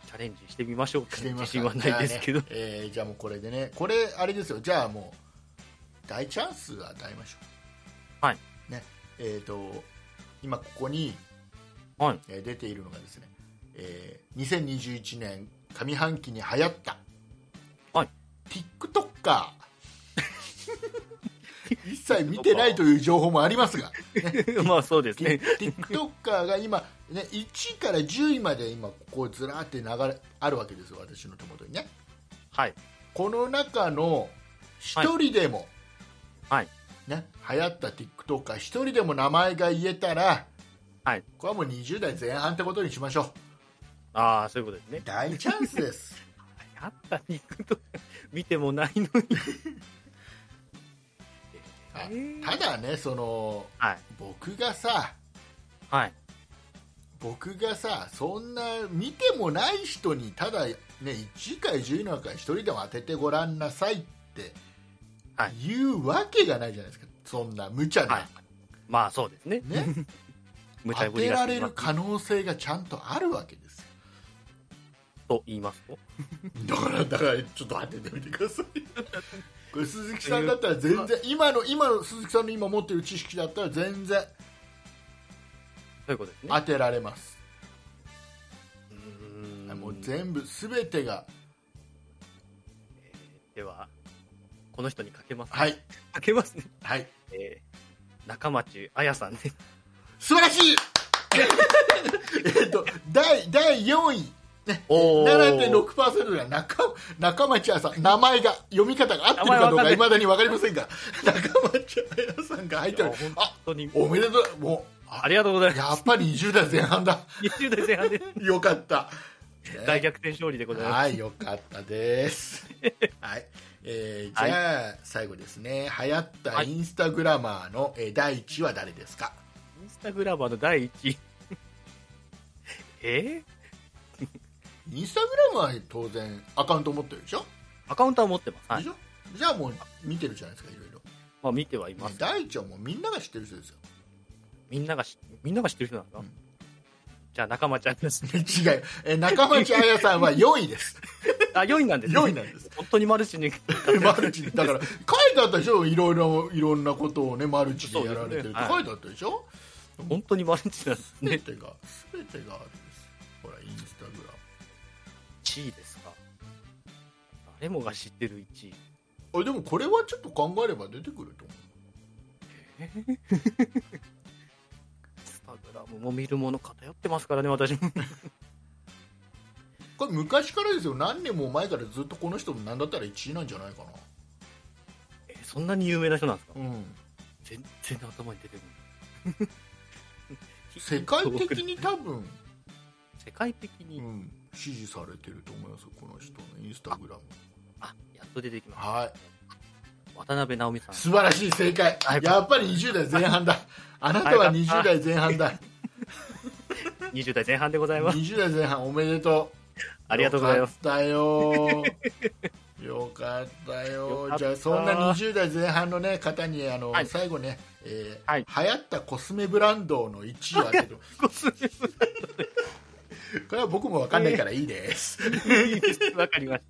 チャレンジしてみましょうか。
してみま
自
すか
信はないですけど。
じゃあ,、えーじゃあもうこれでねこれあれですよじゃあもう大チャンス与えましょう
はい
ねえー、と今ここに、
はい
えー出ているのがですね、えー2021年上半期に流行った、
はい、
TikToker 一切見てないという情報もあり ますが
まあそうですね。
TikToker が今、ね、1位から10位まで今ここずらーって流れあるわけですよ私の手元にね
はい。
この中の1人でも、
はい
ね、流行った TikToker1 人でも名前が言えたら、
はい
これはもう20代前半ってことにしましょう
ああ、そういうことですね。
大チャンスです
あった肉と見てもないのに。
はい
えー
ただねその
はい。
僕がさ
はい。
僕がさそんな見てもない人にただ、ね、1位から10位の中から1人でも当ててごらんなさいって
はい
言うわけがないじゃないですかそんな無茶な、
はいまあそうですね。
ね、
無茶
当
ぶり
て
が
られる可能性がちゃんとあるわけですよ
と言いますと。
だからだからちょっと当ててみてくださいこれ鈴木さんだったら全然今の今の鈴木さんの今持ってる知識だったら全然
そういうことですね。
当てられます
うーん
もう全部全てが
では、この人にかけます。
はい
かけますね。
はい
えー、中町あやさんね。
素晴らしい えっと第第4位
お
7.6%が中中町あさん名前が読み方が合ってるかどう
名前わかん
か
ない
いまだに分かりませんが 中町あやさんが入ってる
いやほん
あ
本当に。
おめでとうもう
あ
あ
りがとうございます。
やっぱり20代前半だ
20代前半で
よかった、
大逆転勝利でございます。
はいよかったです はい、えーじゃあ、最後ですね流行ったインスタグラマーの、えー第1位は誰ですか
インスタグラマーの第一位。え
インスタグラマーは当然アカウント持ってるでしょ、
ー、アカウントは持ってます。は
で
い
し。ょじゃあもう見てるじゃないですかいろいろ
まあ見てはいます。
第一はもうみんなが知ってる人ですよ
みんながし、みんなが知ってる人なんですか、
うん
じゃあ仲間ちゃんです。
違う、えー中町彩さんは4位です
あ、4位なんです、
4位なんです。
本当にマルチに。
マルチに だから書いてあったでしょいろいろいろんなことをねマルチでやられてるって
そうですねはい
書いてあったでしょ
本当にマルチなんです
全
ね。
てが全てがあるんですほらインスタグラ
1位ですか。誰もが知ってる1位。
ムあでもこれはちょっと考えれば出てくると思う
インスタグラムも見るもの偏ってますからね、私も。
これ昔からですよ何年も前からずっとこの人も何だったら1位なんじゃないか
えそんなに有名な人なんですか
なうん
全然頭に出てこない。
世界的に多分、
世界的
う
に、
ん、支持されてると思いますこの人のインスタグラム
あ、やっと出てきまし
はい
た。渡辺直美さん。
素晴らしい正解
はい
やっぱり20代前 半だあなたは20代前半だ
20代前半でございます。
20代前半おめでとう
ありがとうございます。
よかったよよかったよ
よかった
じゃあそんな20代前半の、ね、方にあの、
はい
最後ね、えー
はい
流行ったコスメブランドの1位を当て るこれは僕も分かんないからいい です、
わかりまし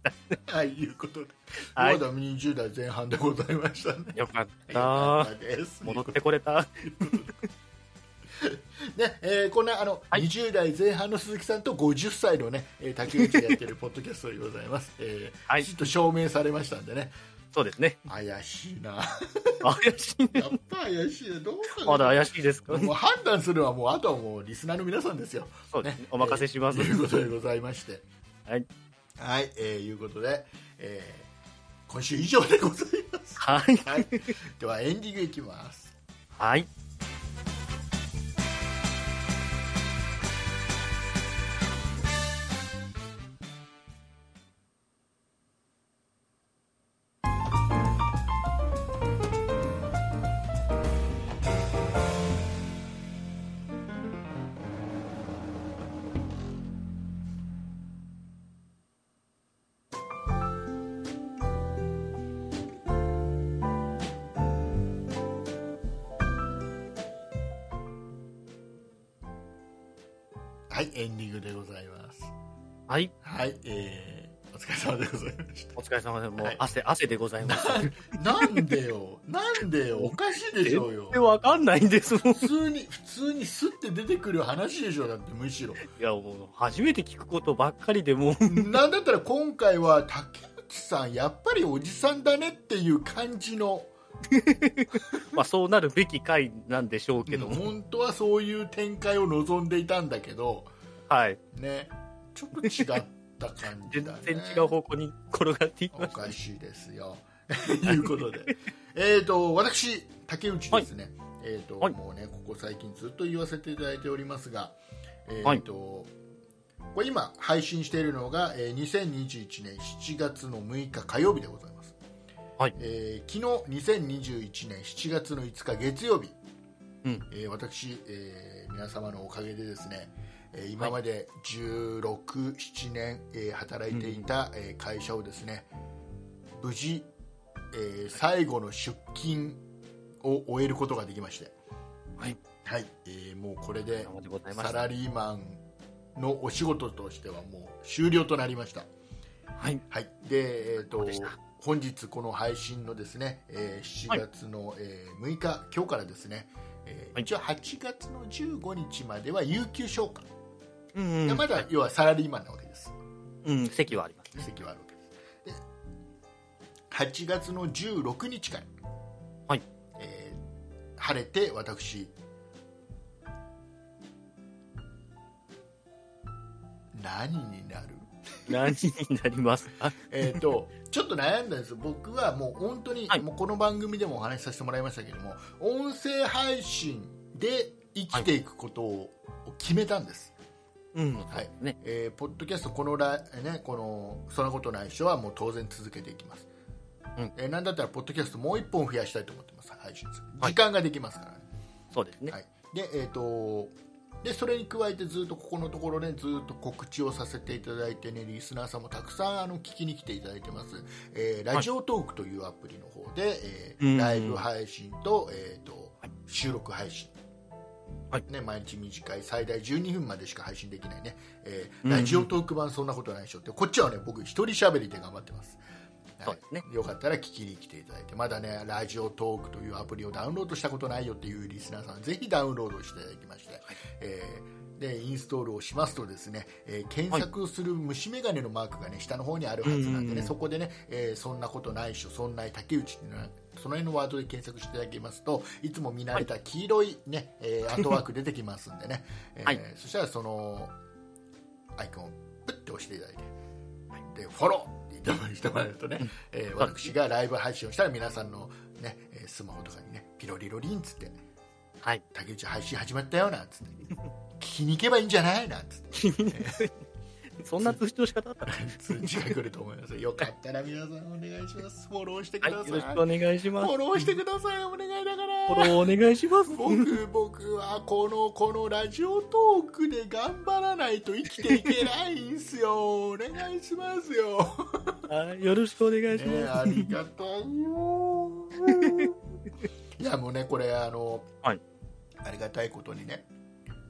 た。
はいいうことで、
はい
まだ20代前半でございましたね
よかっ
よか
た
っ。たです
戻ってこれた。
ねえーこんなあの、
はい
20代前半の鈴木さんと50歳の、ね、えー竹内がやってるポッドキャストでございます、えー
はい
きちっと証明されましたんでね
そうですね。
怪しいな
怪しい ね。
やっぱ怪しいなどうかな
まだ怪しいですか
もう判断するのはもうあとはもうリスナーの皆さんですよ
そうですね。お任せします
と。いうことでございまして
はい。
はい、えー、いうことで、えー今週以上でございます、
はい。
はい、ではエンディングいきます
はい。
はいエンディングでございます
はい。
はい、えーお疲れ様でございまし
お疲れ様でも
は
う
い
汗、汗でございます。
た。なんでよ、なんでよ、おかしいでしょうよ
で。わかんないんですもん。い
普通に、普通にスって出てくる話でしょ、だってむしろ。
や、もう初めて聞くことばっかりで もう、
なんだったら今回は竹内さん、やっぱりおじさんだねっていう感じの、
まあそうなるべき回なんでしょうけども。
本当はそういう展開を望んでいたんだけど、
はい。
ね、ちょっと違った感じ
全
だね。
然違う方向に転がっていき
お
まし
かしいですよ。 ということで、えーと私、竹内ですね、えーと
はい
もうね、ここ最近ずっと言わせていただいておりますが、え
は
ー
い
とこれ今、配信しているのが、えー2021年7月の6日火曜日でございます。
はい
えー昨日2021年7月の5日月曜日、
うん
えー私、えー皆様のおかげでですね、えー今まで1617年、えー働いていた、えー会社をですね無事、えー最後の出勤を終えることができまして、
はい
はいえーもうこれで
た。でございま
サ
した。
ラリーマンのお仕事としてはもう終了となりました。
はい。
はい、で、えー、
そ
と
うでした
本日この配信のですね、えー
は
7
い
月の、えー6日今日からですね、えー
はい
一応8月の15日までは有給消化、
う
い
ん
や。まだ要はサラリーマンなわけです
うん、席はあります。
席はあるわけですで8月の16日から、
はい
えー晴れて私何になる
何になりますか
えー、 とちょっと悩んだんですよ僕はもう本当に、
はい
もうこの番組でもお話しさせてもらいましたけども音声配信で生きていくことを決めたんです、
うん。
はい
ね。
えーポッドキャストこのら、ね、この「そんなことないっしょ」はもう当然続けていきます、
うん
えーなんだったらポッドキャストもう一本増やしたいと思ってます配信する
はい
時間ができますからね、
そうですね
は。い、でえっ、とでそれに加えてずっとここのところねずっと告知をさせていただいてねリスナーさんもたくさんあの聞きに来ていただいてます、えーラジオトークというアプリの方で、えー
うん
ライブ配信と,、えーと
はい
収録配信、
はい
ね、毎日短い最大12分までしか配信できないね、えー
うん
ラジオトーク版そんなことないでしょってこっちはね僕一人喋りで頑張ってますはい
そうですね
よかったら聞きに来ていただいてまだねラジオトークというアプリをダウンロードしたことないよっていうリスナーさんぜひダウンロードしていただきまして、えーでインストールをしますとですね、えー検索する虫眼鏡のマークがね下の方にあるはずなんで
うんうん
ね
うん
そこでね、えーそんなことないっしょそんな竹内っていうのはその辺のワードで検索していただきますといつも見慣れた黄色いね、えーアートワーク出てきますんでね、えー
はい
そしたらそのアイコンをプッて押していただいて、
はい
でフォローって言ってもらえるとね、えー私がライブ配信をしたら皆さんの、ね、えースマホとかにねピロリロリンっつって
はい。
竹内配信始まったよなんつって聞きに行けばいいんじゃないなんつって
そんな通知の仕方だったら。はい。
通知が来ると思いますよよかったら皆さんお願いしますフォローしてくだ
よ
さい、
ろしく
フ
お願いします。
ォローしてくださいお願いだから
フォローお願いします。
僕僕はこのこのラジオトークで頑張らないと生きていけないんすよお願いしますよ、
はいよろしくお願いし
ね、
ま
ありがたいよ いやもうねこれあの、
はい
ありがたいことにね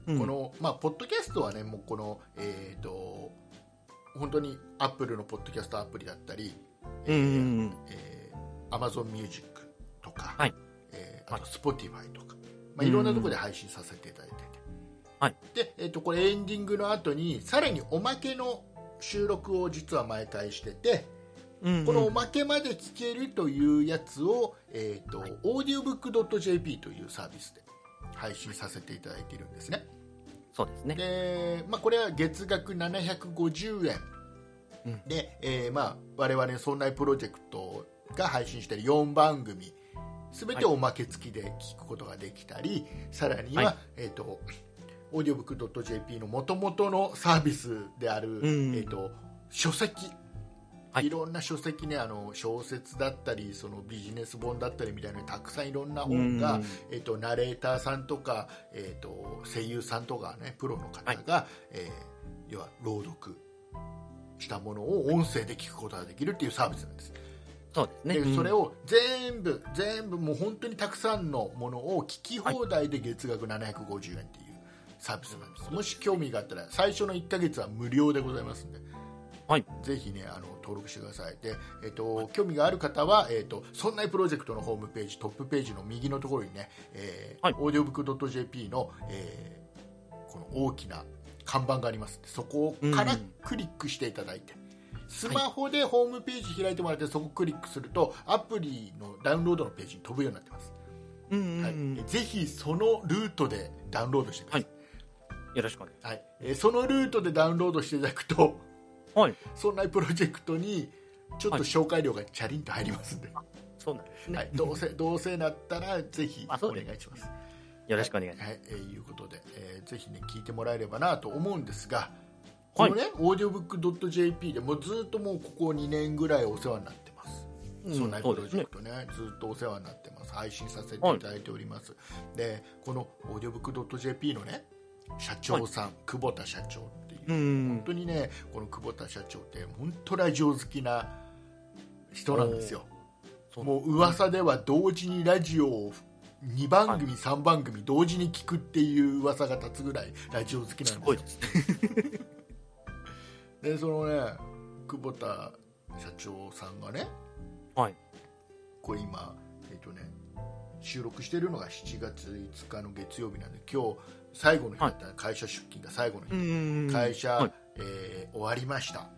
す。うん
こ、の、まあ、ポッドキャストはね、もうこの、えっ、と、本当にアップルのポッドキャストアプリだったり、え
うんうんうん
えー、Amazon Music とか、
はい
えーあと
は
Spotify とか、ま
う
あ、
ん
いろんなところで配信させていただいてて、
はい
で、えっ、と、これエンディングの後に、さらにおまけの収録を実は毎回してて、
うんうん
このおまけまで聞けるというやつを、えっ、と、audiobook.jp というサービスで配信させていただいているんですね。
そうですね。
で、まあ、これは月額750円、
うん
で、えーまあ、我々そんなプロジェクトが配信している4番組すべておまけ付きで聞くことができたり、さらには、
はい
えっ、とオーディオブックドット JP の元々のサービスである、
ん
えっ、と書籍
はい
いろんな書籍ねあの小説だったりそのビジネス本だったりみたいなたくさんいろんな本が、
うん
えっとナレーターさんとか、えっと声優さんとか、ね、プロの方が、えー要は朗読したものを音声で聞くことができるっていうサービスなんです、
そうですね。
でそれ
を、
を全部全部もう本当にたくさんのものを聞き放題で月額750円っていうサービスなんです、もし興味があったら最初の1ヶ月は無料でございますんで
はい
ぜひねあの登録してくださいで、えっと、興味がある方は、えっと、そんなプロジェクトのホームページトップページの右のところにね、えー
はい
オーディオブックドット JP の、えーこの大きな看板がありますそこから
うん
クリックしていただいて、スマホでホームページ開いてもらってそこクリックするとアプリのダウンロードのページに飛ぶようになってます、
うんうんう
はい
ん、
でぜひそのルートでダウンロードしてください、
よろしくお願いし
はいえーそのルートでダウンロードしていただくと
ます。はい。
そんなプロジェクトにちょっと紹介料がチャリンと入りますんで、は
そうなんです
い
ね。
ど うせどうせなったらぜひ
あ
お
そう
願
で
い
す
します。は
よろしくお願いします。
い、えーいうことで、えーぜひね聞いてもらえればなと思うんですが、
は
こ
い
のね、オーディオブックドット JP でもうずっともうここ2年ぐらいお世話になってます。
うん
そんなプ
そう
ロ
で
ジ
す
ェ
ね
ク。トねずっとお世話になってます配信させていただいております、でこのオーディオブックドット JP のね社長さん、久保田社長っていう
うん
本。当にねこの久保田社長って本当ラジオ好きな人なんですよ
おー
もう噂では同時にラジオを2番組、3番組同時に聞くっていう噂が立つぐらいラジオ好きな
す
んです
ご
よ
いですね。
でそのね久保田社長さんがね
はい。
これ今えっ、とね収録してるのが7月5日の月曜日なんで今日最後の日だった、会社出勤が最後の日
うんうんうん。
会社、
はい。
えー終わりました、ね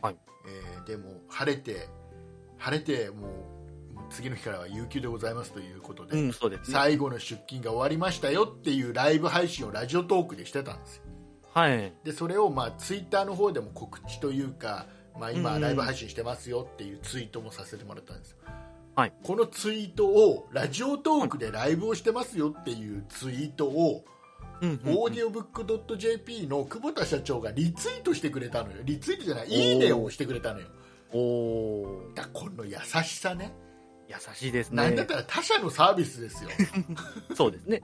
はい
えーでも晴れて晴れてもうもう次の日からは有給でございますということで、
うん、そうですね。
最後の出勤が終わりましたよっていうライブ配信をラジオトークでしてたんですよ
はい。
でそれをまあツイッターの方でも告知というか、まあ、
うん
今
うん
ライブ配信してますよっていうツイートもさせてもらったんですよ、
はい
このツイートをラジオトークでライブをしてますよっていうツイートを、
うんうん。
オーディオブックドット JP の久保田社長がリツイートしてくれたのよリツイートじゃないいいねをしてくれたのよ
おお
だからこの優しさね
優しいですね。
なんだったら他社のサービスですよ
そうですね。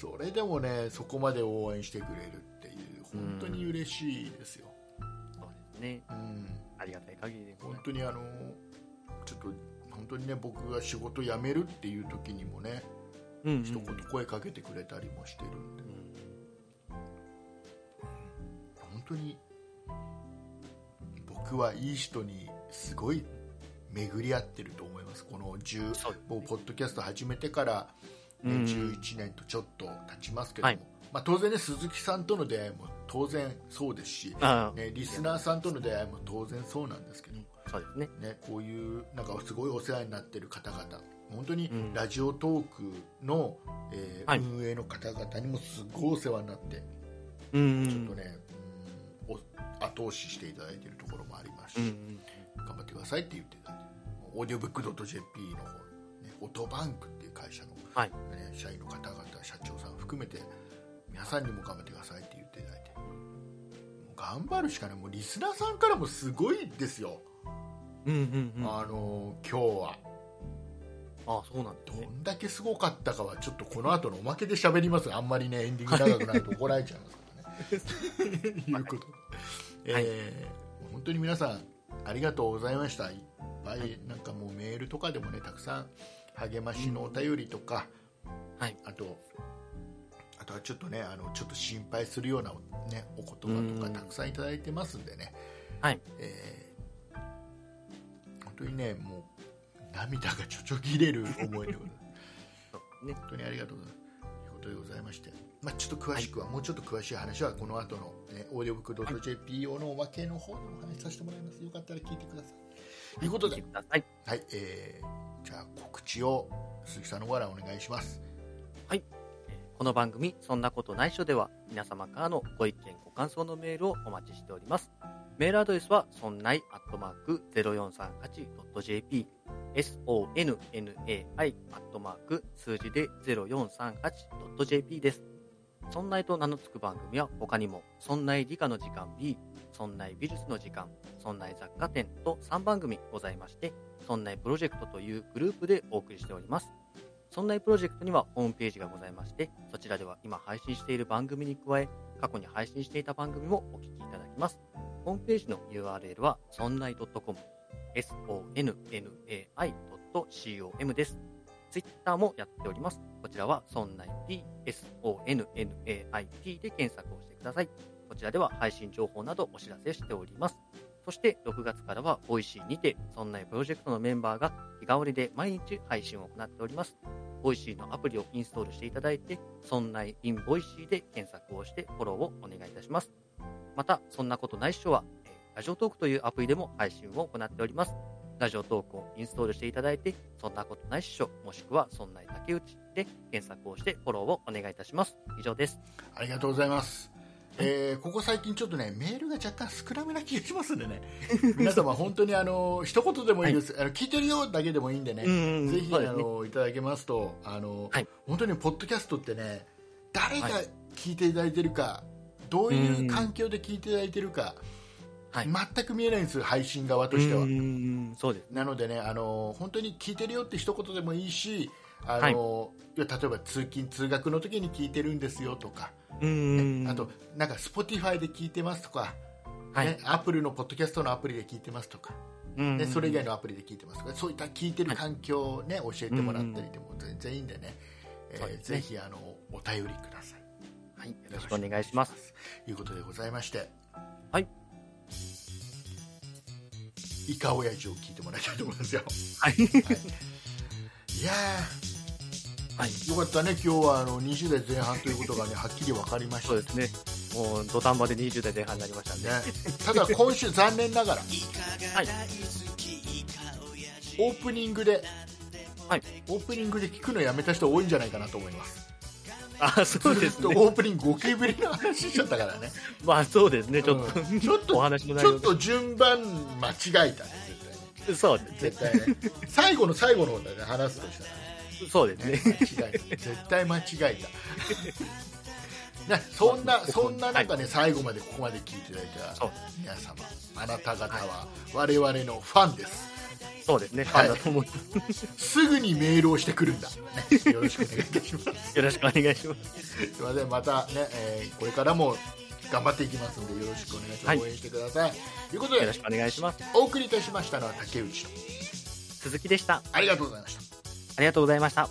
それでもねそこまで応援してくれるっていう本当に嬉しいですよ
そうですね。
うん
ありがたい限りで
本
ございます。
当にあのちょっと本当にね僕が仕事辞めるっていう時にもね
うんうん。
一言声かけてくれたりもしてるんで
うん
本当に僕はいい人にすごい巡り合ってると思いますこの10
そうですね
もうポッドキャスト始めてから、ね
うん
11年とちょっと経ちますけども、
はい
まあ、当然ね鈴木さんとの出会いも当然そうですし、
あ
ね、リスナーさんとの出会いも当然そうなんですけど、
あ、そうですね。
ね、こういうなんかすごいお世話になってる方々本当に
うん
ラジオトークの、えー
はい
運営の方々にもすごいお世話になって
うんうん。
ちょっとね、うん、お後押ししていただいているところもありますし、
うんうん。
頑張ってくださいって言っていただいてオーディオブックドット JP の方、ね、オトバンクっていう会社の、
はい
ね社員の方々社長さん含めて皆さんにも頑張ってくださいって言っていただいてもう頑張るしかないもうリスナーさんからもすごいですよ、
うんうんうん。あ
あの今日は
あ、そうなんで
ど
すね。
んだけすごかったかはちょっとこの後のおまけで喋りますあんまりねエンディング長くなると怒られちゃいますから ね。いうことで、
はい
えー本当に皆さんありがとうございましたいっぱいなんかもうメールとかでもねたくさん励ましのお便りとか、
はい
あとあとはちょっとねあのちょっと心配するような、ね、お言葉とか
うん
たくさんいただいてますんでね、
はい。
えー本当にねもう涙がちょちょぎれる思いでございます。
そうですね。
本当にありがとうございます。ということでございまして、まあ、ちょっと詳しくは、もうちょっと詳しい話はこの後の、ね、オーディオブックドット JP 用のおまけの方でお話しさせてもらいます。よかったら聞いてください。ということ
聞いて
で、
ください。
はい、えーじゃあ告知を鈴木さんの方からお願いします。
この番組、そんなことないっしょでは、皆様からのご意見、ご感想のメールをお待ちしております。メールアドレスは、そんないアットマーク 0438.jp、sonnai アットマーク数字で 0438.jp です。そんないと名の付く番組は他にも、そんない理科の時間 B、そんない美術の時間、そんない雑貨店と3番組ございまして、そんないプロジェクトというグループでお送りしております。そんないプロジェクトにはホームページがございまして、そちらでは今配信している番組に加え、過去に配信していた番組もお聞きいただきます。ホームページの URL は、そんない .com、sonnai.com です。ツイッターもやっております。こちらは、そんない p, sonnait で検索をしてください。こちらでは配信情報などお知らせしております。そして6月からはボイシーにて、そんなプロジェクトのメンバーが日替わりで毎日配信を行っております。ボイシーのアプリをインストールしていただいて、そんな in ボイシーで検索をしてフォローをお願いいたします。また、そんなことないっしょは、えーラジオトークというアプリでも配信を行っております。ラジオトークをインストールしていただいて、そんなことないっしょ、もしくはそんな竹内で検索をしてフォローをお願いいたします。以上です。
ありがとうございます。えーここ最近ちょっとねメールが若干少なめな気がしますんで ね皆様本当にあの一言でもいいです、あの聞いてるよだけでもいいんでね、
ん
ぜひ、
そうで
あ
すね。
のいただけますとあの、
はい
本当にポッドキャストってね誰が
は
聞いていただいてるか、どういう環境で聞いていただいてるか、
はい
全く見えないんです配信側としては、
うんそうです。
なのでねあの本当に聞いてるよって一言でもいいしあの、いや例えば通勤通学の時に聞いてるんですよとか、
うん
あと、なんか Spotify で聞いてますとか、
はい
ね、Apple のポッドキャストのアプリで聞いてますとか、
うん
ね、それ以外のアプリで聞いてますとかそういった聞いてる環境を、ね、教えてもらったりでも全然いいんでね、えー
そうですね
ぜひあのお便りください。
はい、よろしくお願いします。
ということでございまして、
はい、
イカオヤジを聞いてもらいたいと思いますよ。
はい。
いや
はい。
ーよかったね、今日はあの20代前半ということが、ね、はっきり分かりました
そうですね。もう、土壇場で20代前半になりました んで。
ね、ただ今週、残念ながら
はい。
オープニングで、
はい
オープニングで聞くのやめた人多いんじゃないかなと思います
あ、そうです
ずっ
ね
と。オープニング5回ぶりの話しちゃったからね
まあ、そうですね。ちょっと、
うんちょっと
お話の内
ちょ
容
っと順番間違えたね
と、そうですね。
絶対ね絶対ね最後の最後の方だね話すとしたら
そうですね。
ね間違えた絶対間違えたね、そんなそんな中ね、最後までここまで聞いていただい
そ
た
う
皆様あなた方は我々のファンです
そうですね。
は
はいい。だと思う
すぐにメールをしてくるんだ、ね、 よろしくお願いいたします
よろしくお願いします。
すいませんまたね、えーこれからも頑張っていきますのでよろしくお願いします、
はい
応援してくださいということ
よ
で
ろしくお願いします。
お送りいたしましたのは竹内と
鈴木でした。
ありがとうございました
ありがとうございました。